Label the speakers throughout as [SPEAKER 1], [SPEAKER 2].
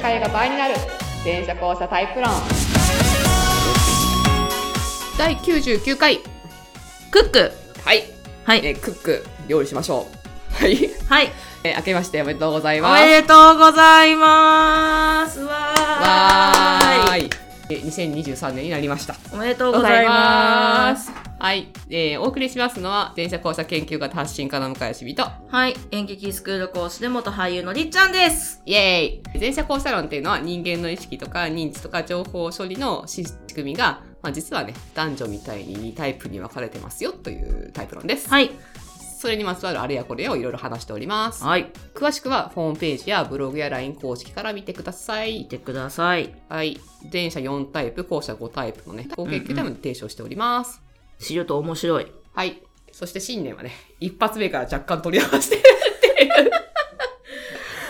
[SPEAKER 1] 界が倍になる電車交差タイプ論第99回
[SPEAKER 2] クック
[SPEAKER 1] はい、
[SPEAKER 2] はい。
[SPEAKER 1] えークック料理しましょうはい、
[SPEAKER 2] はい。
[SPEAKER 1] えー明けましておめでとうござい
[SPEAKER 2] お
[SPEAKER 1] ます
[SPEAKER 2] めでとうございますわ
[SPEAKER 1] わ
[SPEAKER 2] ーい
[SPEAKER 1] ーいえー2023年になりました
[SPEAKER 2] おめでとうございます。
[SPEAKER 1] はい、えーお送りしますのは電車交差研究型発信家の向井しみと
[SPEAKER 2] はい。演劇スクール講師で元俳優のりっちゃんです。
[SPEAKER 1] イエーイ前者交差論っていうのは人間の意識とか認知とか情報処理の仕組みが、まあ、実はね男女みたいに2タイプに分かれてますよというタイプ論です、
[SPEAKER 2] はい。
[SPEAKER 1] それにまつわるあれやこれをいろいろ話しております
[SPEAKER 2] はい。
[SPEAKER 1] 詳しくはホームページやブログや LINE 公式から見てくださ
[SPEAKER 2] 見
[SPEAKER 1] い
[SPEAKER 2] てください。
[SPEAKER 1] はい前者4タイプ後者5タイプのね合計9タイプで提唱しております、
[SPEAKER 2] 知ると面白い。
[SPEAKER 1] はいそして新年はね一発目から若干取り合わせて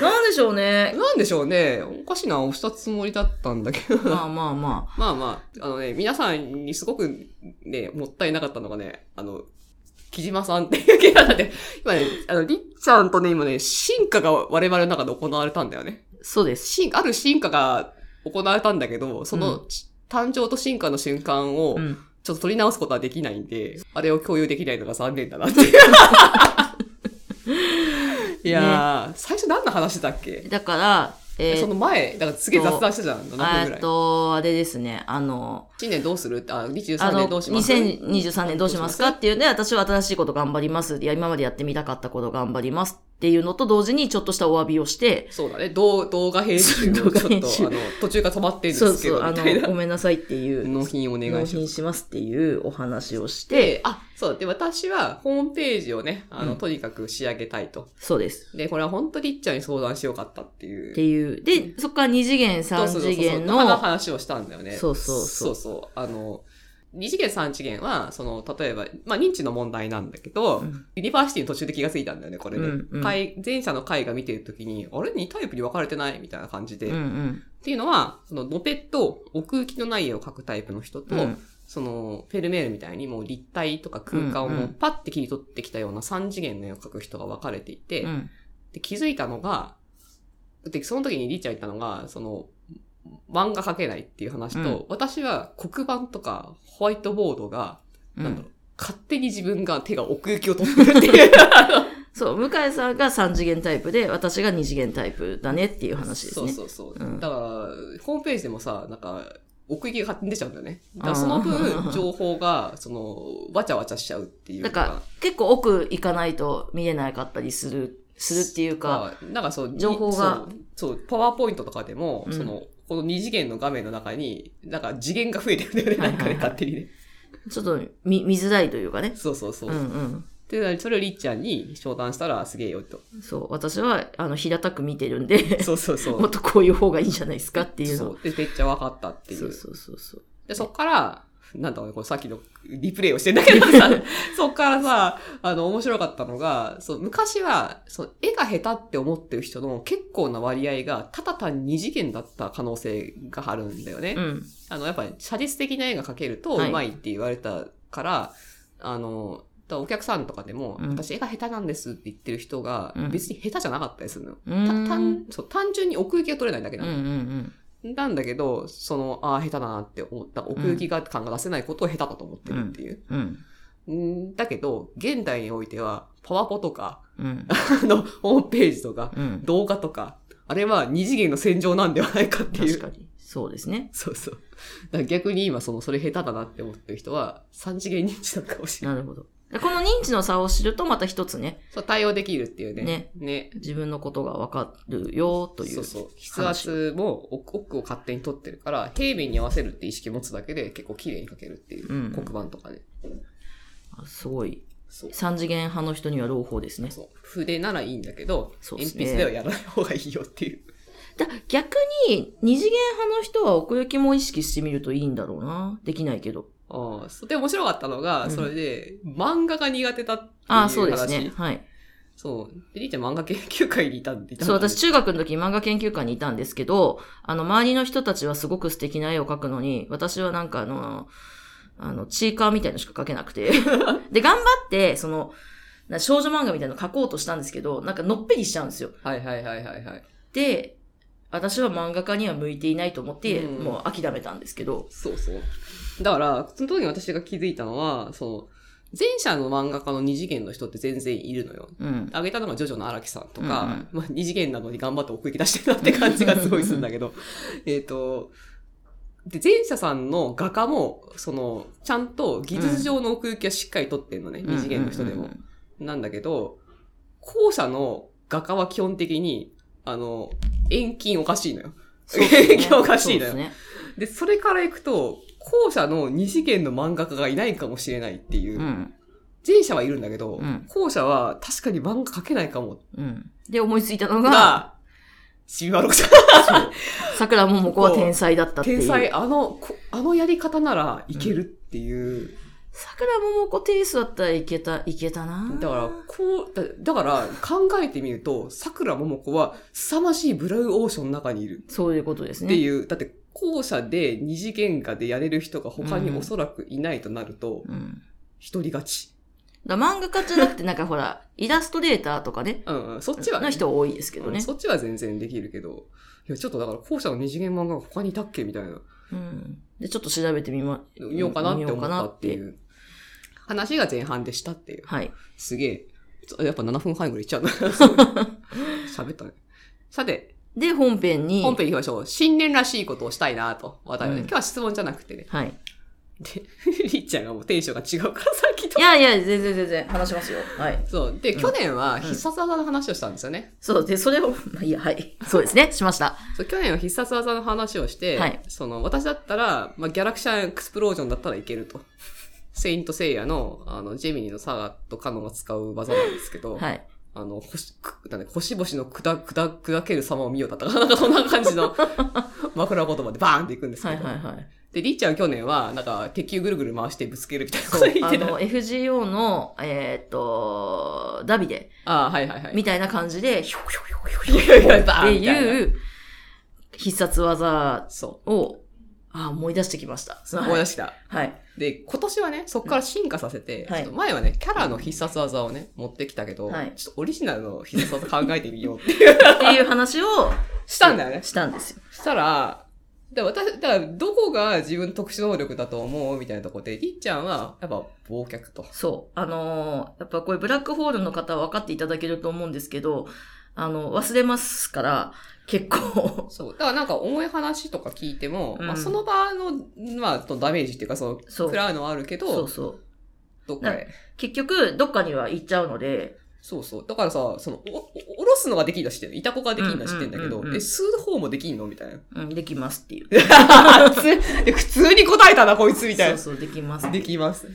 [SPEAKER 2] なんでしょう ね。
[SPEAKER 1] なんでしょうねおかしな押したつもりだったんだけど
[SPEAKER 2] まあまあま
[SPEAKER 1] まあまあ、あのね、皆さんにすごくね、もったいなかったのがね、あの、木島さんっていうキャラで、今ね、あの、りっちゃんとね、今ね、進化が我々の中で行われたんだよね。
[SPEAKER 2] あ。そうです。
[SPEAKER 1] 進ある進化が行われたんだけど、その、
[SPEAKER 2] う
[SPEAKER 1] 誕生と進化の瞬間を
[SPEAKER 2] う、ん。
[SPEAKER 1] ちょっと取り直すことはできないんで、あれを共有できないのが残念だ なっていう。いやー、最初何の話だっけ、
[SPEAKER 2] だから、え
[SPEAKER 1] そ
[SPEAKER 2] ー
[SPEAKER 1] の前、だからすげえ雑談したじゃん、7分ぐ
[SPEAKER 2] え
[SPEAKER 1] ら
[SPEAKER 2] ー
[SPEAKER 1] い
[SPEAKER 2] っ。と、あれですね。あの、
[SPEAKER 1] 新年どうするあ、
[SPEAKER 2] あ
[SPEAKER 1] 23
[SPEAKER 2] の、
[SPEAKER 1] 年どうします
[SPEAKER 2] 2023年どうしますかっていうね、私は新しいこと頑張ります。いや、今までやってみたかったこと頑張りますっていうのと同時にちょっとしたお詫びをして、
[SPEAKER 1] そうだね。動動画編集
[SPEAKER 2] そう動
[SPEAKER 1] を
[SPEAKER 2] 画
[SPEAKER 1] ちょっ
[SPEAKER 2] 編集
[SPEAKER 1] と、あの、途中から止まってるん
[SPEAKER 2] そ
[SPEAKER 1] で
[SPEAKER 2] う
[SPEAKER 1] すけ
[SPEAKER 2] そう、
[SPEAKER 1] ど、
[SPEAKER 2] あ
[SPEAKER 1] みたい
[SPEAKER 2] の、
[SPEAKER 1] な
[SPEAKER 2] ご。めんなさいっていう、
[SPEAKER 1] 納品お願
[SPEAKER 2] 納
[SPEAKER 1] いしま
[SPEAKER 2] 品
[SPEAKER 1] す。
[SPEAKER 2] しますっていうお話をして、
[SPEAKER 1] で、あ、そう。で、私は、ホームページをね、あの、
[SPEAKER 2] うん
[SPEAKER 1] とにかく仕上げたいと。
[SPEAKER 2] そうです。
[SPEAKER 1] で、これは本当にりっちゃんに相談しようかったってい
[SPEAKER 2] っ
[SPEAKER 1] う。
[SPEAKER 2] ていう。で、そこから2次元、
[SPEAKER 1] そう
[SPEAKER 2] 3
[SPEAKER 1] そうそうそう
[SPEAKER 2] 次元
[SPEAKER 1] だから
[SPEAKER 2] の、
[SPEAKER 1] 話をしたんだよね。
[SPEAKER 2] そうそう
[SPEAKER 1] そ。
[SPEAKER 2] そうう
[SPEAKER 1] そうあの、二次元三次元は、その、例えば、まあ、認知の問題なんだけど、
[SPEAKER 2] うん
[SPEAKER 1] ユニバーシティの途中で気がついたんだよね、これね。
[SPEAKER 2] うんうん
[SPEAKER 1] 会前者の会が見てるときに、あれ ?2 タイプに分かれてないみたいな感じで。
[SPEAKER 2] うんうん。
[SPEAKER 1] っていうのは、その、ノペと奥行きのない絵を描くタイプの人と、
[SPEAKER 2] うん
[SPEAKER 1] その、フェルメールみたいにもう立体とか空間を
[SPEAKER 2] うん
[SPEAKER 1] も
[SPEAKER 2] う
[SPEAKER 1] うんパッて切り取ってきたような三次元の絵を描く人が分かれていて、
[SPEAKER 2] うん。
[SPEAKER 1] で気づいたのが、で、その時にリーチャー言ったのが、その、漫画描けないっていう話と、
[SPEAKER 2] うん
[SPEAKER 1] 私は黒板とかホワイトボードが、
[SPEAKER 2] う
[SPEAKER 1] なんだろ
[SPEAKER 2] ん
[SPEAKER 1] う、勝手に自分が手が奥行きを取ってるっていう。
[SPEAKER 2] そう、向井さんが3次元タイプで、私が2次元タイプだねっていう話ですね。
[SPEAKER 1] そうそうそう。
[SPEAKER 2] うん
[SPEAKER 1] だから、ホームページでもさ、なんか、奥行きが勝手に出ちゃうんだよね。だか
[SPEAKER 2] あ
[SPEAKER 1] ら
[SPEAKER 2] ー
[SPEAKER 1] その分、情報が、その、わちゃわちゃしちゃうっていう
[SPEAKER 2] なんか、結構奥行かないと見れなかったりする、するっていうか、
[SPEAKER 1] まあなんかそう、
[SPEAKER 2] 情報が
[SPEAKER 1] そう。そう、パワーポイントとかでも、
[SPEAKER 2] うん
[SPEAKER 1] その、この二次元の画面の中に、なんか次元が増えてるんだよね、なんか
[SPEAKER 2] は
[SPEAKER 1] ね、
[SPEAKER 2] いはいはい
[SPEAKER 1] 勝手にね。
[SPEAKER 2] ちょっと見見づらいというかね。
[SPEAKER 1] そうそうそう
[SPEAKER 2] う。ん
[SPEAKER 1] で、それをりっちゃんに商談したら、すげえよ、と。
[SPEAKER 2] うん。そう、私は、あの、平たく見てるんで、
[SPEAKER 1] そうそうそ
[SPEAKER 2] もっ
[SPEAKER 1] う。
[SPEAKER 2] とこういう方がいいんじゃないですかっていうの
[SPEAKER 1] そ
[SPEAKER 2] を。
[SPEAKER 1] う。で、めっちゃ分かったっていう。
[SPEAKER 2] そうそうそうそう。
[SPEAKER 1] で、そっから、なんだろうね、これさっきのリプレイをしてんだけどさ、そっからさ、あの、面白かったのが、そう、昔は、そう、絵が下手って思ってる人の結構な割合が、ただ単に二次元だった可能性があるんだよね。
[SPEAKER 2] うん。
[SPEAKER 1] あの、やっぱり写実的な絵が描けると
[SPEAKER 2] はいう
[SPEAKER 1] まいって言われたから、あの、だからお客さんとかでも、
[SPEAKER 2] うん
[SPEAKER 1] 私絵が下手なんですって言ってる人が
[SPEAKER 2] うん、
[SPEAKER 1] 別に下手じゃなかったりするの。
[SPEAKER 2] う
[SPEAKER 1] た
[SPEAKER 2] ーん。
[SPEAKER 1] 単そう単純に奥行きが取れないだけ
[SPEAKER 2] うん
[SPEAKER 1] な
[SPEAKER 2] う
[SPEAKER 1] の。
[SPEAKER 2] んうん。
[SPEAKER 1] なんだけど、その、ああ、下手だなって思った、奥行きが感が出せないことを下手だと思ってるっていう。
[SPEAKER 2] うん。
[SPEAKER 1] ん、だけど、現代においては、パワポとか、
[SPEAKER 2] うん。
[SPEAKER 1] あの、ホームページとか、
[SPEAKER 2] うん。
[SPEAKER 1] 動画とか、あれは二次元の戦場なんではないかってい
[SPEAKER 2] 確か
[SPEAKER 1] う。
[SPEAKER 2] に。そうですね。
[SPEAKER 1] そうそう。だから逆に今、その、それ下手だなって思ってる人は、三次元認知なのかもしれない。
[SPEAKER 2] なるほど。この認知の差を知ると、また一つね、
[SPEAKER 1] そう、対応できるっていうね。
[SPEAKER 2] ね。
[SPEAKER 1] ね。
[SPEAKER 2] 自分のことがわかるよ、という。
[SPEAKER 1] そうそう。筆圧も奥奥を勝手に取ってるから、平面に合わせるって意識持つだけで結構綺麗に描けるっていう。
[SPEAKER 2] うん
[SPEAKER 1] 黒板とかね。
[SPEAKER 2] あすごい。
[SPEAKER 1] そう。
[SPEAKER 2] 三次元派の人には朗報ですね。
[SPEAKER 1] そう筆ならいいんだけど、
[SPEAKER 2] そうっ
[SPEAKER 1] 鉛
[SPEAKER 2] すね
[SPEAKER 1] 筆ではやらない方がいいよっていう。
[SPEAKER 2] だ逆に、二次元派の人は奥行きも意識してみるといいんだろうな。できないけど。
[SPEAKER 1] ああ、そうで、面白かったのが、
[SPEAKER 2] うん
[SPEAKER 1] それで、漫画が苦手だっていう話。
[SPEAKER 2] ああ、そうですね。。はい。
[SPEAKER 1] そう。で、りーちゃん漫画研究会にいたんで、いたん
[SPEAKER 2] そう、
[SPEAKER 1] だね
[SPEAKER 2] 私中学の時漫画研究会にいたんですけど、あの、周りの人たちはすごく素敵な絵を描くのに、私はなんかあの、あの、チーカーみたいのしか描けな くて。で、頑張って、その、な少女漫画みたいなの描こうとしたんですけど、なんかのっぺりしちゃうんですよ。
[SPEAKER 1] はいはいはいはいはい。
[SPEAKER 2] で、私は漫画家には向いていないと思って、
[SPEAKER 1] うん
[SPEAKER 2] もう諦めたんですけど。
[SPEAKER 1] そうそう。だから、その時に私が気づいたのは、その、前者の漫画家の二次元の人って全然いるのよ。
[SPEAKER 2] うん。
[SPEAKER 1] あげたのがジョジョの荒木さんとか、
[SPEAKER 2] うんうん
[SPEAKER 1] まあ二次元なのに頑張って奥行き出してるなって感じがすごいするんだけど、 えっと、で、前者さんの画家も、その、ちゃんと技術上の奥行きはしっかり取ってんのね、二次元の人でも。なんだけど、後者の画家は基本的に、あの、遠近おかしいのよ。
[SPEAKER 2] そうですね。
[SPEAKER 1] 影響おかしいのよ
[SPEAKER 2] そうですね。
[SPEAKER 1] で、それから行くと、後者の二次元の漫画家がいないかもしれないっていう。
[SPEAKER 2] うん。
[SPEAKER 1] 前者はいるんだけど、
[SPEAKER 2] うん
[SPEAKER 1] 後者は確かに漫画描けないかも。
[SPEAKER 2] うん。で、思いついたのが、
[SPEAKER 1] が、シビワロクさん。
[SPEAKER 2] 桜桃子は天才だったっていう。
[SPEAKER 1] 天才、あの、こあのやり方ならいけるっていう。
[SPEAKER 2] 桜桃子テイストだったらいけた、いけたな。
[SPEAKER 1] だから、こう、だだから考えてみると、桜桃子は凄まじいブラウンオーションの中にいる
[SPEAKER 2] そういうことです
[SPEAKER 1] って
[SPEAKER 2] ね。
[SPEAKER 1] いう。だって、後者で二次元化でやれる人が他に
[SPEAKER 2] うん
[SPEAKER 1] おそらくいないとなると、
[SPEAKER 2] うん。
[SPEAKER 1] 一人勝ち。
[SPEAKER 2] だから漫画家じゃなくて、なんかほら、 イラストレーターとかね、
[SPEAKER 1] うんうん、そっちはね、
[SPEAKER 2] の人多いですけど
[SPEAKER 1] うん
[SPEAKER 2] ね。
[SPEAKER 1] そっちは全然できるけど、いや、ちょっとだから後者の二次元漫画が他にいたっけみたいな、
[SPEAKER 2] うん。で、ちょっと調べてみま、
[SPEAKER 1] 見ようかなって
[SPEAKER 2] 見よう
[SPEAKER 1] 思
[SPEAKER 2] か
[SPEAKER 1] っ
[SPEAKER 2] な
[SPEAKER 1] たっていう。話が前半でしたっていう。
[SPEAKER 2] はい。
[SPEAKER 1] すげえ。ちょやっぱ7分半ぐらいいっちゃうな。 喋ったね。さて、
[SPEAKER 2] で、本編に、
[SPEAKER 1] 本編行きましょう。新年らしいことをしたいなと、話題はね、
[SPEAKER 2] うん
[SPEAKER 1] 今日は質問じゃなくてね。
[SPEAKER 2] はい。
[SPEAKER 1] で、 りっちゃんがもうテンションが違うからさっきと
[SPEAKER 2] い。やいや、全然全然話しますよ。はい。
[SPEAKER 1] そう。で、
[SPEAKER 2] うん
[SPEAKER 1] 去年は必殺技の話をしたんですよね。
[SPEAKER 2] そう、で、それを、まあいいや、はい。そうですね、しました。
[SPEAKER 1] そう去年は必殺技の話をして、
[SPEAKER 2] はい
[SPEAKER 1] その私だったら、まあ、ギャラクシャンエクスプロージョンだったらいけると。セイントセイヤの、あの、ジェミニのサガとカノンが使う技なんですけど、
[SPEAKER 2] はい。
[SPEAKER 1] あの、星、くなんだ星々の砕、砕、砕ける様を見ようだったかな、なん かそんな感じ の枕言葉でバーンっていくんですけ
[SPEAKER 2] はい
[SPEAKER 1] ど、
[SPEAKER 2] はいはい。
[SPEAKER 1] で、リーちゃんは去年は、なんか、敵をぐるぐる回してぶつけるみたい なこ
[SPEAKER 2] そ
[SPEAKER 1] と
[SPEAKER 2] う
[SPEAKER 1] を、言っ
[SPEAKER 2] あ
[SPEAKER 1] てた。
[SPEAKER 2] の、FGO の、えーっと、ダビデ、
[SPEAKER 1] ああ、はいはいはい。
[SPEAKER 2] みたいな感じで、ひょこひょこひょこひょこ
[SPEAKER 1] いやいや、バ
[SPEAKER 2] っ
[SPEAKER 1] ーン
[SPEAKER 2] て
[SPEAKER 1] みたいな。
[SPEAKER 2] いう必殺技
[SPEAKER 1] そ
[SPEAKER 2] を、あ、思い出してきました。
[SPEAKER 1] う。思い出した。
[SPEAKER 2] はい。
[SPEAKER 1] で、今年はね、そこから進化させて、
[SPEAKER 2] はい
[SPEAKER 1] ちょっと前はね、キャラの必殺技をね、持ってきたけど、
[SPEAKER 2] はい
[SPEAKER 1] ちょっとオリジナルの必殺技考えてみようって
[SPEAKER 2] っていう話を
[SPEAKER 1] したんだよね。
[SPEAKER 2] したんですよ。
[SPEAKER 1] したら、で私、だから、どこが自分の特殊能力だと思うみたいなとこで、りっちゃんは、やっぱ、忘却と。、
[SPEAKER 2] そう。あのーやっぱこれブラックホールの方は分かっていただけると思うんですけど、あの、忘れますから、結 構
[SPEAKER 1] そう。だからなんか、重い話とか聞いても、
[SPEAKER 2] うん
[SPEAKER 1] まあ、その場の、まあ、とダメージっていうか、その、
[SPEAKER 2] そう
[SPEAKER 1] 食らうのはあるけ
[SPEAKER 2] そう
[SPEAKER 1] ど、
[SPEAKER 2] そう。
[SPEAKER 1] どっかへ。
[SPEAKER 2] 結局、どっかには行っちゃうので、
[SPEAKER 1] そうそう。だからさ、その、お、おおろすのができんだしてる。いたこができんだしてんだけ
[SPEAKER 2] うんうん
[SPEAKER 1] ど
[SPEAKER 2] うんう、ん
[SPEAKER 1] え、吸う方もできんのみたいな。
[SPEAKER 2] うん、できますっていう。
[SPEAKER 1] 普通普通に答えたな、こい つみたい
[SPEAKER 2] そう
[SPEAKER 1] な。
[SPEAKER 2] そう、できます。
[SPEAKER 1] できます。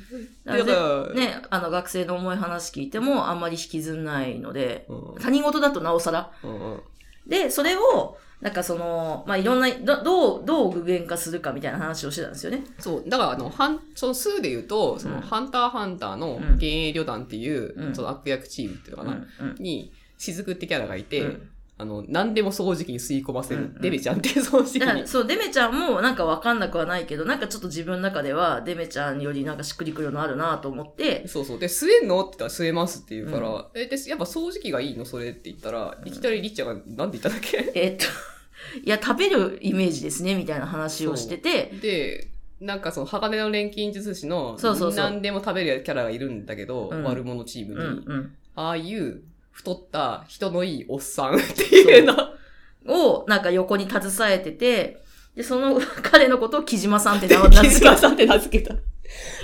[SPEAKER 2] だ
[SPEAKER 1] だから、
[SPEAKER 2] ね、あの、学生の重い話聞いても、あんまり引きずんないので、
[SPEAKER 1] うんうん
[SPEAKER 2] 他人事だとなおさら。
[SPEAKER 1] うん
[SPEAKER 2] で、それを、なんかその、まあ、いろんな、どどう、どう具現化するかみたいな話をしてたんですよね。
[SPEAKER 1] そう、だからあの、ハンその数で言うと、その、
[SPEAKER 2] うん
[SPEAKER 1] ハンターハンターの
[SPEAKER 2] うん
[SPEAKER 1] 幻影旅団っていう、
[SPEAKER 2] うん
[SPEAKER 1] その悪役チームっていうの
[SPEAKER 2] うん、
[SPEAKER 1] か
[SPEAKER 2] う
[SPEAKER 1] な、
[SPEAKER 2] ん。
[SPEAKER 1] に、雫ってキャラがいて、
[SPEAKER 2] うん
[SPEAKER 1] あの、何でも掃除機に吸い込ませる。
[SPEAKER 2] うんうん
[SPEAKER 1] デベちゃんっていう掃除機
[SPEAKER 2] だから
[SPEAKER 1] に。
[SPEAKER 2] そう、デメちゃんもなんかわかんなくはないけど、なんかちょっと自分の中では、デメちゃんよりなんかしっくりくるのあるなと思って、
[SPEAKER 1] そうそう。で、吸えんのって言ったら吸えますって言うから、
[SPEAKER 2] う
[SPEAKER 1] え、で、やっぱ掃除機がいいのそれって言ったら、
[SPEAKER 2] ん
[SPEAKER 1] いきなりリッチャーがなんて言ったんだっ け
[SPEAKER 2] えっと、いや、食べるイメージですね、みたいな話をしてて、
[SPEAKER 1] で、なんかその鋼の錬金術師の
[SPEAKER 2] そうそうそう
[SPEAKER 1] 何でも食べるキャラがいるんだけど、
[SPEAKER 2] うん
[SPEAKER 1] 悪者チーム
[SPEAKER 2] う
[SPEAKER 1] に、
[SPEAKER 2] ん、
[SPEAKER 1] ああいう太った人のいいおっさんっていうの。
[SPEAKER 2] うん。を、なんか横に携えてて、で、その彼のことを木島さんって名前
[SPEAKER 1] 木
[SPEAKER 2] 付け
[SPEAKER 1] 島さんって名付けた。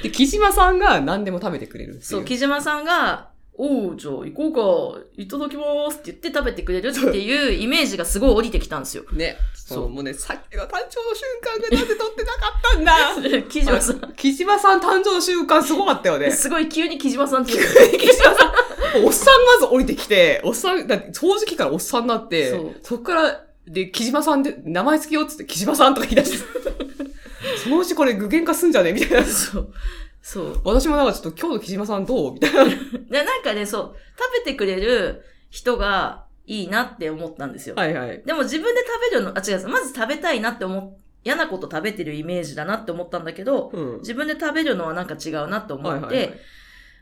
[SPEAKER 1] で、木島さんが何でも食べてくれるっていう。
[SPEAKER 2] そう、木島さんが、おう、じゃあ行こうか、いただきますって言って食べてくれるっていうイメージがすごい降りてきたんですよ。
[SPEAKER 1] ね。
[SPEAKER 2] そ
[SPEAKER 1] そうう、もうね、さっきの誕生の瞬間がなぜ撮ってなかったんだ
[SPEAKER 2] 木島さ
[SPEAKER 1] 木島さん誕生の瞬間すごかったよ
[SPEAKER 2] ん、
[SPEAKER 1] ね。
[SPEAKER 2] すごい急に木島さんって言う
[SPEAKER 1] 木島さん、おっさんまず降りてきて、おっさん、だって掃除機からおっさんになって、
[SPEAKER 2] そ
[SPEAKER 1] そうこから、で、木島さんで、名前付けようっつって、木島さんとか言い出して、そのうちこれ具現化すんじゃねみたいな。
[SPEAKER 2] そう。そう。
[SPEAKER 1] 私もなんかちょっと今日の木島さんどうみたいな。はい
[SPEAKER 2] で、なんかね、そう、食べてくれる人がいいなって思ったんですよ。
[SPEAKER 1] はいはい。
[SPEAKER 2] でも自分で食べるの、あ、違う、まず食べたいなって思っ、嫌なこと食べてるイメージだなって思ったんだけど、
[SPEAKER 1] うん。
[SPEAKER 2] 自分で食べるのはなんか違うなって思って、
[SPEAKER 1] はいはいはい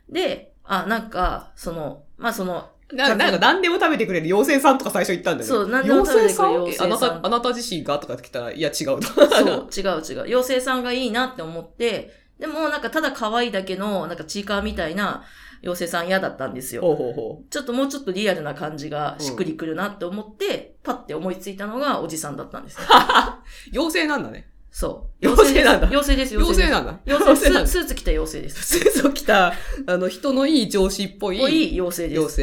[SPEAKER 2] で、あ、なんか、その、まあ、その、
[SPEAKER 1] ななんか何でも食べてくれる妖精さんとか最初言ったんだよね。
[SPEAKER 2] そう何でも食べてくれる
[SPEAKER 1] 妖精さんえあな
[SPEAKER 2] 妖精さん
[SPEAKER 1] た、あなた自身がとかって来たら、いや違うと。
[SPEAKER 2] そう、 違う違う。妖精さんがいいなって思って、でもなんかただ可愛いだけの、なんかチーカーみたいな妖精さん嫌だったんですよ。
[SPEAKER 1] ほうほうほ
[SPEAKER 2] ちょっともうちょっとリアルな感じがしっくりくるなって思って、パッて思いついたのがおじさんだったんですよ。
[SPEAKER 1] う。妖精なんだね。
[SPEAKER 2] そう。
[SPEAKER 1] 妖精なんだ
[SPEAKER 2] 妖精です、
[SPEAKER 1] 妖精
[SPEAKER 2] です。
[SPEAKER 1] なんだ。
[SPEAKER 2] 妖精
[SPEAKER 1] な
[SPEAKER 2] ス
[SPEAKER 1] ん
[SPEAKER 2] ー
[SPEAKER 1] だ。
[SPEAKER 2] スーツ着た妖精です。
[SPEAKER 1] スーツを着た、あの、人のいい上司っぽい。
[SPEAKER 2] かっこいい妖精です。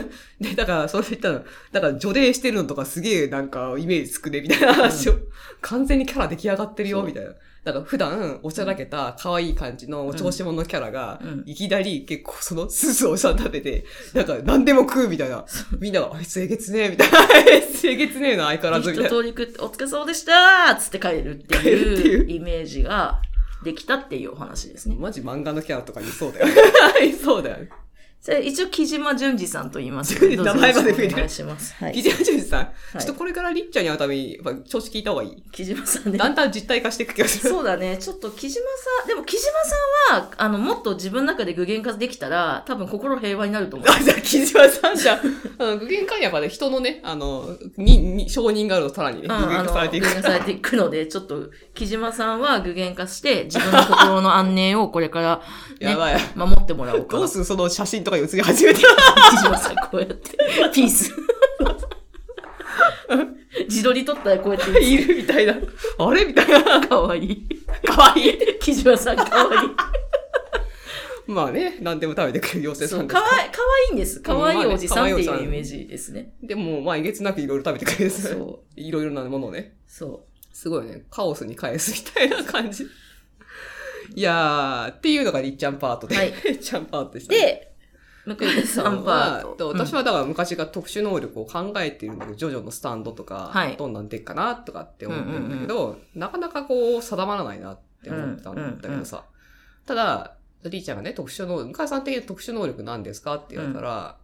[SPEAKER 1] 妖精。 で、だから、それ言ったら、だから、除霊してるのとかすげえ、なんか、イメージつくね、みたいな話を、完全にキャラ出来上がってるよ、
[SPEAKER 2] そう
[SPEAKER 1] みたいな。だから、普段、おちゃらけた、可愛い感じの、お調子者のキャラが、
[SPEAKER 2] うん
[SPEAKER 1] いきなり、結構、その、スーツをさ、立てて、なんか、何でも食う、みたいな。みんなが、あいつえげつねえ、みたいな。 あいつえげつねえな、相変わらず、
[SPEAKER 2] 一
[SPEAKER 1] みたいな。
[SPEAKER 2] 通り食って、お疲れ様でしたーっつって帰るって
[SPEAKER 1] 帰るって
[SPEAKER 2] い
[SPEAKER 1] いう
[SPEAKER 2] イメージができたっていうお話ですね。
[SPEAKER 1] マジ漫画のキャラとかにそうだよ。 いそうだよ。
[SPEAKER 2] それ一応、木島淳二さんと言います。
[SPEAKER 1] 名前まで増えてる
[SPEAKER 2] お願いします。は
[SPEAKER 1] 木
[SPEAKER 2] い。
[SPEAKER 1] 島純さん、ちょっとこれからりっちゃんに会うために、やっぱ調子聞いた方がいい。
[SPEAKER 2] 木島さんね。
[SPEAKER 1] だんだん実体化していく気がする。
[SPEAKER 2] そうだね。ちょっと木島さん、でも木島さんは、あの、もっと自分の中で具現化できたら、多分心平和になると思 う。
[SPEAKER 1] あ、じゃあ、木島さんじゃ ん、あの、具現化にやっぱね、人のね、あの、に、に、承認があるとさらにね、
[SPEAKER 2] うん、
[SPEAKER 1] 具
[SPEAKER 2] あ
[SPEAKER 1] 現
[SPEAKER 2] の、
[SPEAKER 1] 化されて
[SPEAKER 2] 具
[SPEAKER 1] いく
[SPEAKER 2] 現化されていくので、ちょっと、木島さんは具現化して、自分の心の安寧をこれから、ね、
[SPEAKER 1] やばい。
[SPEAKER 2] 守ってもらおう
[SPEAKER 1] ど
[SPEAKER 2] かな
[SPEAKER 1] う。するその写真とかに写り始め て。
[SPEAKER 2] 木島さん、こうやって、ピース。自撮り撮ったらこうやって、
[SPEAKER 1] いるみたいな。 あれみたいな。
[SPEAKER 2] かわいい。
[SPEAKER 1] 可愛い。
[SPEAKER 2] 木島さん、かわいい。
[SPEAKER 1] まあね、何でも食べてくれる妖精
[SPEAKER 2] そ
[SPEAKER 1] さ
[SPEAKER 2] う、
[SPEAKER 1] んで
[SPEAKER 2] か
[SPEAKER 1] す
[SPEAKER 2] わい、かわいいんです。かわいいおじさんっていうイメージですね。
[SPEAKER 1] でも、まあ、えげつなくいろいろ食べてくれる。
[SPEAKER 2] そう。
[SPEAKER 1] いろいろなものをね。
[SPEAKER 2] そう。
[SPEAKER 1] すごいね、カオスに返すみたいな感じ。いやー、っていうのがりっちゃんパートで。
[SPEAKER 2] はい
[SPEAKER 1] り っちゃんパートでした、ね。
[SPEAKER 2] で、向井さんパート。
[SPEAKER 1] 私はだから昔が特殊能力を考えているんだけど、ジョジョのスタンドとか、
[SPEAKER 2] はい
[SPEAKER 1] どんなんでっかなとかって思ってるんだけど、なかなかこう定まらないなって思ったんだけどさ。ただ、リーちゃんがね、特殊能力、向井さん的に特殊能力なんですかって言われたら、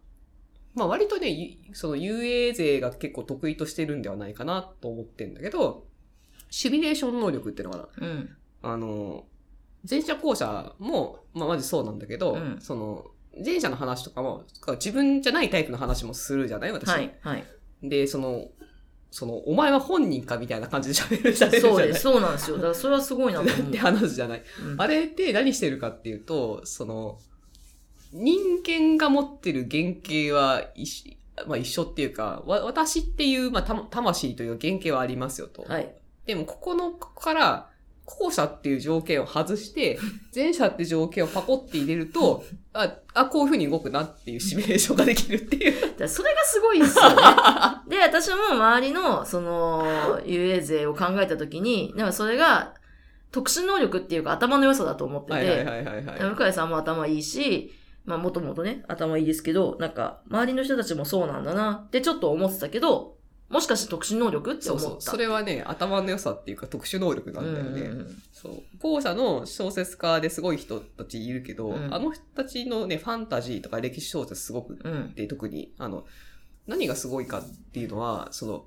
[SPEAKER 1] まあ割とね、ゆその遊泳勢が結構得意としてるんではないかなと思ってるんだけど、シミュレーション能力っていうのかな
[SPEAKER 2] うん。うん。
[SPEAKER 1] あの、前者後者も、まあ、マジそうなんだけど、
[SPEAKER 2] うん
[SPEAKER 1] その、前者の話とかも、自分じゃないタイプの話もするじゃない私、
[SPEAKER 2] はい、 はい。
[SPEAKER 1] で、その、その、お前は本人かみたいな感じで喋る、喋るじゃ
[SPEAKER 2] そう
[SPEAKER 1] ない
[SPEAKER 2] です。そうなんですよ。だからそれはすごいなと思う。
[SPEAKER 1] って話すじゃない。
[SPEAKER 2] うん
[SPEAKER 1] あれって何してるかっていうと、その、人間が持ってる原型は一緒、まあ一緒っていうか、わ私っていう、まあ、た魂という原型はありますよと。
[SPEAKER 2] はい。
[SPEAKER 1] でも、ここの、ここから、後者っていう条件を外 して、前者っていう条件をパコって入れると、あ、あ、こういう風に動くなっていうシミュレーションができるって いう。
[SPEAKER 2] だからそれがすごいんです よね。で、私も周りの、その、遊泳税を考えたときに、でもそれが特殊能力っていうか頭の良さだと思って
[SPEAKER 1] はいはい
[SPEAKER 2] て、
[SPEAKER 1] はいはいはい。
[SPEAKER 2] 向井さんも頭いいし、まあもともとね、頭いいですけど、なんか、周りの人たちもそうなんだなってちょっと思ってたけど、もしかして特殊能力って
[SPEAKER 1] そ
[SPEAKER 2] 思
[SPEAKER 1] う
[SPEAKER 2] った。
[SPEAKER 1] そう。それはね、頭の良さっていうか特殊能力なんだよね。
[SPEAKER 2] うんうんうん
[SPEAKER 1] そう。後者の小説家ですごい人たちいるけど、
[SPEAKER 2] うん
[SPEAKER 1] あの人たちのね、ファンタジーとか歴史小説すごく
[SPEAKER 2] うん。
[SPEAKER 1] で、特に、あの、何がすごいかっていうのは、その、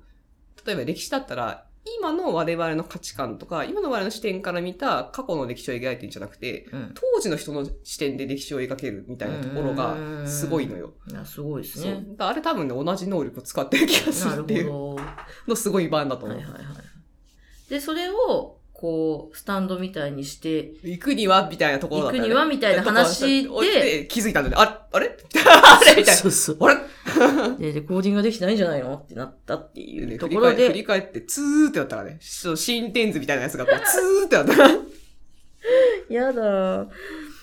[SPEAKER 1] 例えば歴史だったら、今の我々の価値観とか、今の我々の視点から見た過去の歴史を描いてるんじゃなくて、
[SPEAKER 2] うん。
[SPEAKER 1] 当時の人の視点で歴史を描けるみたいなところがすごいのよ。
[SPEAKER 2] いや、すごいです
[SPEAKER 1] そう
[SPEAKER 2] ね。
[SPEAKER 1] だからあれ多分ね、同じ能力を使ってる気がす
[SPEAKER 2] な
[SPEAKER 1] る
[SPEAKER 2] る
[SPEAKER 1] っていう
[SPEAKER 2] ほど。
[SPEAKER 1] のすごい版だと
[SPEAKER 2] は
[SPEAKER 1] 思。
[SPEAKER 2] いうはいはい。で、それを、こう、スタンドみたいにして、
[SPEAKER 1] 行くにはみたいなところだった、
[SPEAKER 2] 行くにはみたいな話で
[SPEAKER 1] ところだったで気づいたんだね。あれあ れあれみたいな。
[SPEAKER 2] そうそう。
[SPEAKER 1] あれ
[SPEAKER 2] で、レコーディングができてないんじゃないのってなったって
[SPEAKER 1] ね
[SPEAKER 2] いう
[SPEAKER 1] 振
[SPEAKER 2] と
[SPEAKER 1] り
[SPEAKER 2] ころ
[SPEAKER 1] 返振
[SPEAKER 2] で、
[SPEAKER 1] り返って、ツーってなったらね、そう新天図みたいなやつがこう、ツーってなったら、
[SPEAKER 2] やだー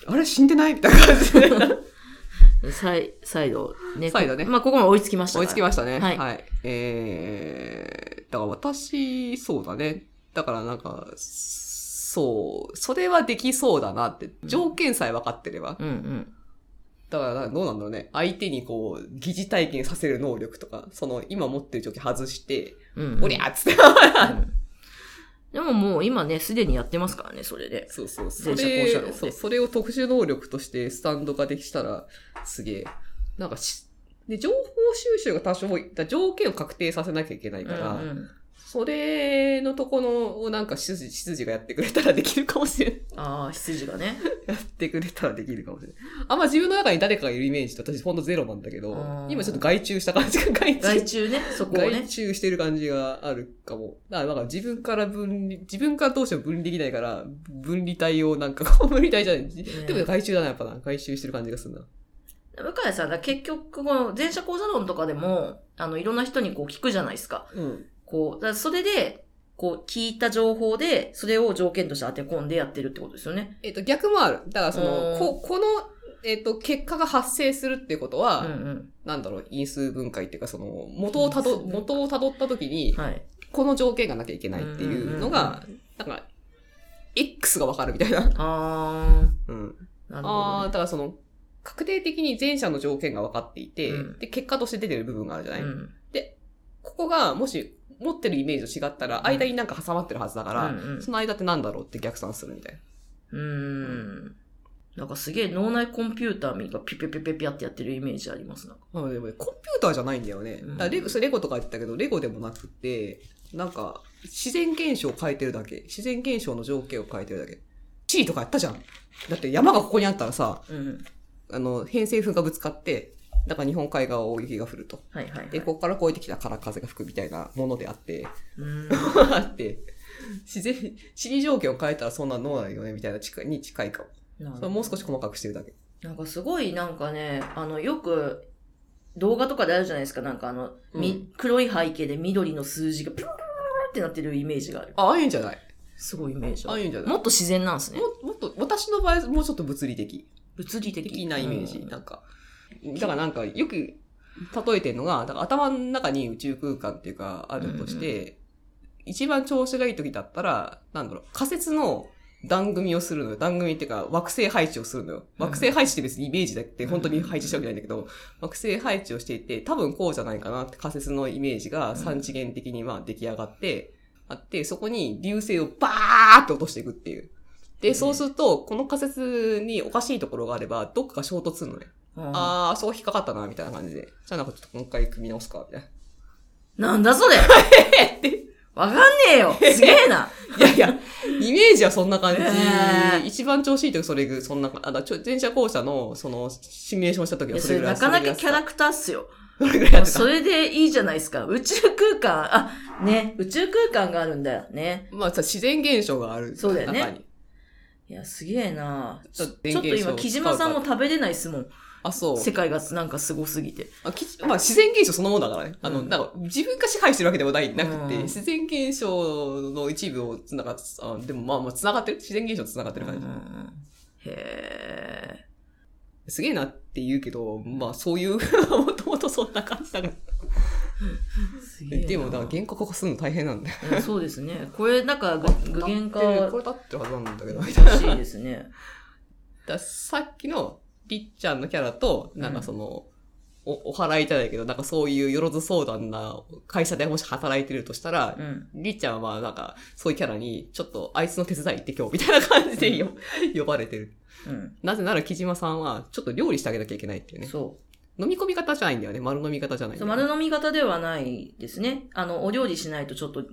[SPEAKER 1] あれ死んでないみたいな感じ で。
[SPEAKER 2] 再、再度、ね。
[SPEAKER 1] 再度ね
[SPEAKER 2] こまあ、ここも追いつきましたか
[SPEAKER 1] 追
[SPEAKER 2] ら。
[SPEAKER 1] いつきましたね。
[SPEAKER 2] は
[SPEAKER 1] はいい。えー、だから私、そうだね。だからなんか、そう、それはできそうだなって、条件さえ分かってれば。
[SPEAKER 2] うんうん。
[SPEAKER 1] だからなんかどうなんだろうね。相手にこう、疑似体験させる能力とか、その今持ってる条件外して、
[SPEAKER 2] うん、
[SPEAKER 1] おりゃっつって。
[SPEAKER 2] うんでももう今ね、すでにやってますからね、それ で。
[SPEAKER 1] そうそう、そ
[SPEAKER 2] 前者後者の
[SPEAKER 1] れ、そう、それを特殊能力としてスタンドができたら、すげえ。なんかし、で、情報収集が多少、だから条件を確定させなきゃいけないから、
[SPEAKER 2] うんうん
[SPEAKER 1] それのとこのをなんか執事執事がやってくれたらできるかもしれない。
[SPEAKER 2] ああ、羊が ね。
[SPEAKER 1] やってくれたらできるかもしれない。あんま自分の中に誰かがいるイメージって私ほんとゼロなんだけど
[SPEAKER 2] うん、
[SPEAKER 1] 今ちょっと外注した感じが、外注。
[SPEAKER 2] 害虫ね、そこを
[SPEAKER 1] 外
[SPEAKER 2] ね。
[SPEAKER 1] 注してる感じがあるかも。だからなんか自分から分離、自分からどうしても分離できないから、分離体をなんか、分離体じゃない。でも外注だな、やっぱな。外注してる感じがするな。
[SPEAKER 2] 向井さん、だから結局、この前者講座論とかでも、あの、いろんな人にこう聞くじゃないですか。
[SPEAKER 1] うん。
[SPEAKER 2] こう、だからそれで、こう、聞いた情報で、それを条件として当て込んでやってるってことですよね。
[SPEAKER 1] えっと、逆もある。だからそ
[SPEAKER 2] うん
[SPEAKER 1] の、こ、この、えっと、結果が発生するっていうこと
[SPEAKER 2] う
[SPEAKER 1] は、
[SPEAKER 2] ん
[SPEAKER 1] なんだろう、因数分解っていうか、その、元をたど、
[SPEAKER 2] 因数分解
[SPEAKER 1] 元をたどった時
[SPEAKER 2] う
[SPEAKER 1] に
[SPEAKER 2] ん。、はい。
[SPEAKER 1] この条件がなきゃいけないっていうの
[SPEAKER 2] うんうん
[SPEAKER 1] が、なんか、X がわかるみたいな。
[SPEAKER 2] あ
[SPEAKER 1] うん。
[SPEAKER 2] ー。なる
[SPEAKER 1] ああ、
[SPEAKER 2] ほ
[SPEAKER 1] だからその、確定的に前者の条件が分かっていて、
[SPEAKER 2] うん
[SPEAKER 1] で、結果として出てる部分があるじゃ
[SPEAKER 2] ど
[SPEAKER 1] ない、
[SPEAKER 2] ね。うん。
[SPEAKER 1] ここが、もし、持ってるイメージと違った
[SPEAKER 2] うん
[SPEAKER 1] ら、間になんか挟まってるはずだから、
[SPEAKER 2] うんうん
[SPEAKER 1] その間ってなんだろうって逆算するみたいな。
[SPEAKER 2] うん。なんかすげえ脳内コンピューターみがピピピピピやってやってるイメージありますなんか。
[SPEAKER 1] まあでもね、コンピューターじゃないんだよね。だからレ
[SPEAKER 2] うん
[SPEAKER 1] ゴそれレゴとか言ってたけど、レゴでもなくて、なんか、自然現象を変えてるだけ。自然現象の条件を変えてるだけ。地理とかやったじゃん。だって山がここにあったらさ、
[SPEAKER 2] うん。
[SPEAKER 1] あの、偏西風がぶつかって、だから日本海側は大雪が降ると。
[SPEAKER 2] はいはい、はい。
[SPEAKER 1] で、ここから越えてきたから風が吹くみたいなものであ って、
[SPEAKER 2] うん。
[SPEAKER 1] あって、自然、地理条件を変えたらそんな脳ないよね、みたいな近いに近いかも。
[SPEAKER 2] なるほ
[SPEAKER 1] そ
[SPEAKER 2] ど
[SPEAKER 1] れもう少し細かくしてるだけ。
[SPEAKER 2] なんかすごいなんかね、あの、よく動画とかであるじゃないですか、なんかあの、み黒い背景で緑の数字がピューってなってるイメージがある。
[SPEAKER 1] ああいうんじゃない
[SPEAKER 2] すごいイメージ
[SPEAKER 1] あ
[SPEAKER 2] あ
[SPEAKER 1] あ
[SPEAKER 2] る。
[SPEAKER 1] いうんじゃない
[SPEAKER 2] もっと自然なんですね。
[SPEAKER 1] ももっと、私の場合、もうちょっと物理的。
[SPEAKER 2] 物理的。
[SPEAKER 1] 的なイメージ、
[SPEAKER 2] うん
[SPEAKER 1] なんか。だからなんか、よく例えてるのが、だから頭の中に宇宙空間っていうか、あるとして、一番調子がいい時だったら、なんだろう、仮説の番組をするのよ。番組っていうか、惑星配置をするのよ。
[SPEAKER 2] うん
[SPEAKER 1] 惑星配置って別にイメージだって本当に配置したわけじゃないんだけど、惑星配置をしていて、多分こうじゃないかなって仮説のイメージが3次元的にまあ出来上がって、あって、そこに流星をバーって落としていくっていう。
[SPEAKER 2] う
[SPEAKER 1] で、
[SPEAKER 2] ん
[SPEAKER 1] そうすると、この仮説におかしいところがあれば、どっかが衝突するのね。
[SPEAKER 2] あ
[SPEAKER 1] あー、そこ引っかかったな、みたいな感じで。じゃあなんかちょっともう一回組み直すか、みたい
[SPEAKER 2] ーなん だそれわかんねえよすげえな
[SPEAKER 1] な。いやいや、イメージはそんな 感じ。
[SPEAKER 2] へー
[SPEAKER 1] 一番調子いい時それぐ、そんな、あだちょ前者後者の、その、シミュレーションした時
[SPEAKER 2] い
[SPEAKER 1] は
[SPEAKER 2] や
[SPEAKER 1] そ
[SPEAKER 2] そ
[SPEAKER 1] れ
[SPEAKER 2] れ
[SPEAKER 1] ぐらい。
[SPEAKER 2] なかなか
[SPEAKER 1] そ
[SPEAKER 2] キャラクターっすよ。
[SPEAKER 1] れぐらいやってた。
[SPEAKER 2] それでいいじゃないですか。宇宙空間、あ、ね、宇宙空間があるんだよね。
[SPEAKER 1] まあさ、自然現象がある。
[SPEAKER 2] そうだよね
[SPEAKER 1] 中に。
[SPEAKER 2] いや、すげえなち
[SPEAKER 1] ち
[SPEAKER 2] ょ
[SPEAKER 1] ょ
[SPEAKER 2] っ
[SPEAKER 1] っ
[SPEAKER 2] と
[SPEAKER 1] と
[SPEAKER 2] 今、木島さんも食べれないっすもん。
[SPEAKER 1] あ、そう。
[SPEAKER 2] 世界がなんかすごすぎて。
[SPEAKER 1] あきまあ、自然現象そのものだからね。あの、
[SPEAKER 2] うん
[SPEAKER 1] なんか、自分が支配してるわけでもない、なくて、
[SPEAKER 2] うん
[SPEAKER 1] 自然現象の一部をつながっあでもまあまあ、つながってる自然現象つながってる感じ。
[SPEAKER 2] へえ。
[SPEAKER 1] すげえなって言うけど、まあ、そう いう、もともとそんな感じだから。
[SPEAKER 2] すげえな
[SPEAKER 1] でも、だから、原稿ここするの大変なんだよ。
[SPEAKER 2] うんそうですね。これ、なんか具、具 現化
[SPEAKER 1] だってこ
[SPEAKER 2] は
[SPEAKER 1] れだってるはずなんだけど、みたいな。
[SPEAKER 2] 欲しいですね。
[SPEAKER 1] ださっきのりっちゃんのキャラと、なんかその、お、お払いじゃないけど、なんかそういうよろず相談な会社でもし働いてるとしたら
[SPEAKER 2] う、ん。
[SPEAKER 1] りっちゃんはまあなんか、そういうキャラに、ちょっとあいつの手伝い行って今日みたいな感じでよ、呼ばれてる。
[SPEAKER 2] うん。
[SPEAKER 1] なぜなら木島さんは、ちょっと料理してあげなきゃいけないっていうね。
[SPEAKER 2] そ
[SPEAKER 1] 飲み込み方じゃないんだよね。丸飲み方じゃな
[SPEAKER 2] う。
[SPEAKER 1] いん
[SPEAKER 2] そ
[SPEAKER 1] だ
[SPEAKER 2] う
[SPEAKER 1] よね、
[SPEAKER 2] 丸飲み型ではないですね。あの、お料理しないとちょっと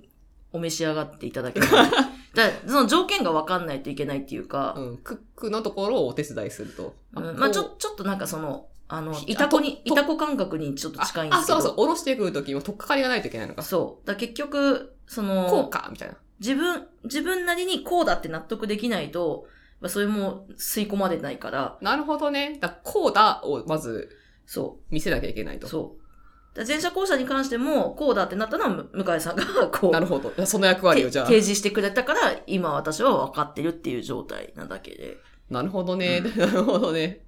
[SPEAKER 2] お召し上がっていただ けない。だからその条件がわかんないといけないっていうか、
[SPEAKER 1] うん。クックのところをお手伝いすると。
[SPEAKER 2] うんまあちょ
[SPEAKER 1] と。
[SPEAKER 2] ちょっとなんかその、あの、
[SPEAKER 1] ひ
[SPEAKER 2] いたこに、
[SPEAKER 1] あ
[SPEAKER 2] い
[SPEAKER 1] と
[SPEAKER 2] たこ感覚にちょっと
[SPEAKER 1] あ
[SPEAKER 2] 近いんで
[SPEAKER 1] あ、
[SPEAKER 2] すけど。
[SPEAKER 1] そうそう。おろしてくるときも、とっかかりがないといけないのか。
[SPEAKER 2] そう。だから結局、その、
[SPEAKER 1] こうかみたいな。
[SPEAKER 2] 自分、自分なりにこうだって納得できないと、まあ、それも吸い込まれないから、
[SPEAKER 1] なるほどね。だこうだをまず
[SPEAKER 2] そ、
[SPEAKER 1] 見せなきゃいけないうと。
[SPEAKER 2] そう。だ前者後者に関しても、こうだってなったのはむ向井さんが、こう
[SPEAKER 1] な、るほど。その役割を
[SPEAKER 2] け
[SPEAKER 1] じゃあ。
[SPEAKER 2] 提示してくれたから、今私は分かってるっていう状態なだけで。
[SPEAKER 1] なるほどね。
[SPEAKER 2] う
[SPEAKER 1] なるほどね。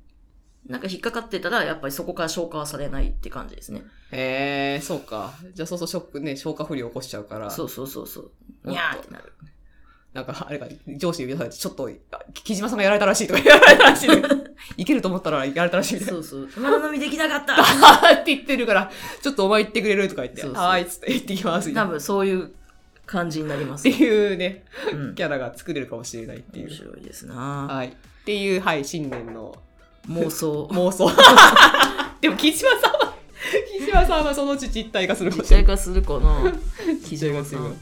[SPEAKER 2] なんか引っかかってたら、やっぱりそこから消化はされないって感じですね。
[SPEAKER 1] へえ、そうか。じゃあそうそう、ショックね、消化不良起こしちゃうから。
[SPEAKER 2] そうそうそうそう。
[SPEAKER 1] もっと
[SPEAKER 2] にゃーってなる。
[SPEAKER 1] なんか、あれか、上司に呼び出されて、ちょっと、あ木島さんがやられたらしいとか言われたら しい。いけると思ったらやられたらしいみたいな。
[SPEAKER 2] そうそう。丸飲みできな かった
[SPEAKER 1] あーって言ってるから、ちょっとお前行ってくれるとか言って、
[SPEAKER 2] そうそう
[SPEAKER 1] はーいっつって行ってきます。
[SPEAKER 2] 多
[SPEAKER 1] っ
[SPEAKER 2] 分そういう感じになります
[SPEAKER 1] て
[SPEAKER 2] ね。
[SPEAKER 1] いうね、
[SPEAKER 2] うん。
[SPEAKER 1] キャラが作れるかもしれないってい
[SPEAKER 2] 面
[SPEAKER 1] う。
[SPEAKER 2] 白いですな
[SPEAKER 1] はい。っていう、はい、新年の
[SPEAKER 2] 妄想。
[SPEAKER 1] 妄想。でも、木島さんは、木島島さんはそのうち実体化する
[SPEAKER 2] 実
[SPEAKER 1] こと
[SPEAKER 2] 体化する かな木
[SPEAKER 1] 実体
[SPEAKER 2] 島
[SPEAKER 1] 化す
[SPEAKER 2] さ
[SPEAKER 1] る
[SPEAKER 2] ん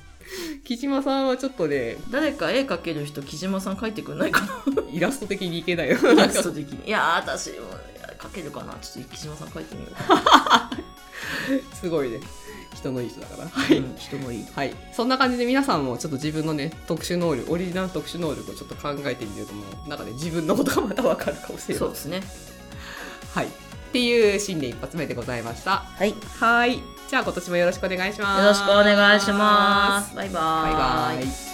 [SPEAKER 1] 木島さんはちょっとね
[SPEAKER 2] 誰か絵描ける人木島さん描いてくんないかな
[SPEAKER 1] イラスト的にいけないよ
[SPEAKER 2] イラスト的にいやー私も描けるかなちょっと木島さん描いてみようかな、
[SPEAKER 1] すごいね人のいい人だから
[SPEAKER 2] はい人もいい
[SPEAKER 1] はい、そんな感じで皆さんもちょっと自分のね特殊能力オリジナル特殊能力をちょっと考えてみるともうなんかね自分のことがまた分かるかもしれな
[SPEAKER 2] そう
[SPEAKER 1] い
[SPEAKER 2] ですね
[SPEAKER 1] はいっていう新年一発目でございました
[SPEAKER 2] はいよ
[SPEAKER 1] はいじゃあ今年もよろしくお願いします
[SPEAKER 2] ろしくお願いしますバイバ
[SPEAKER 1] バイ
[SPEAKER 2] ー
[SPEAKER 1] バイ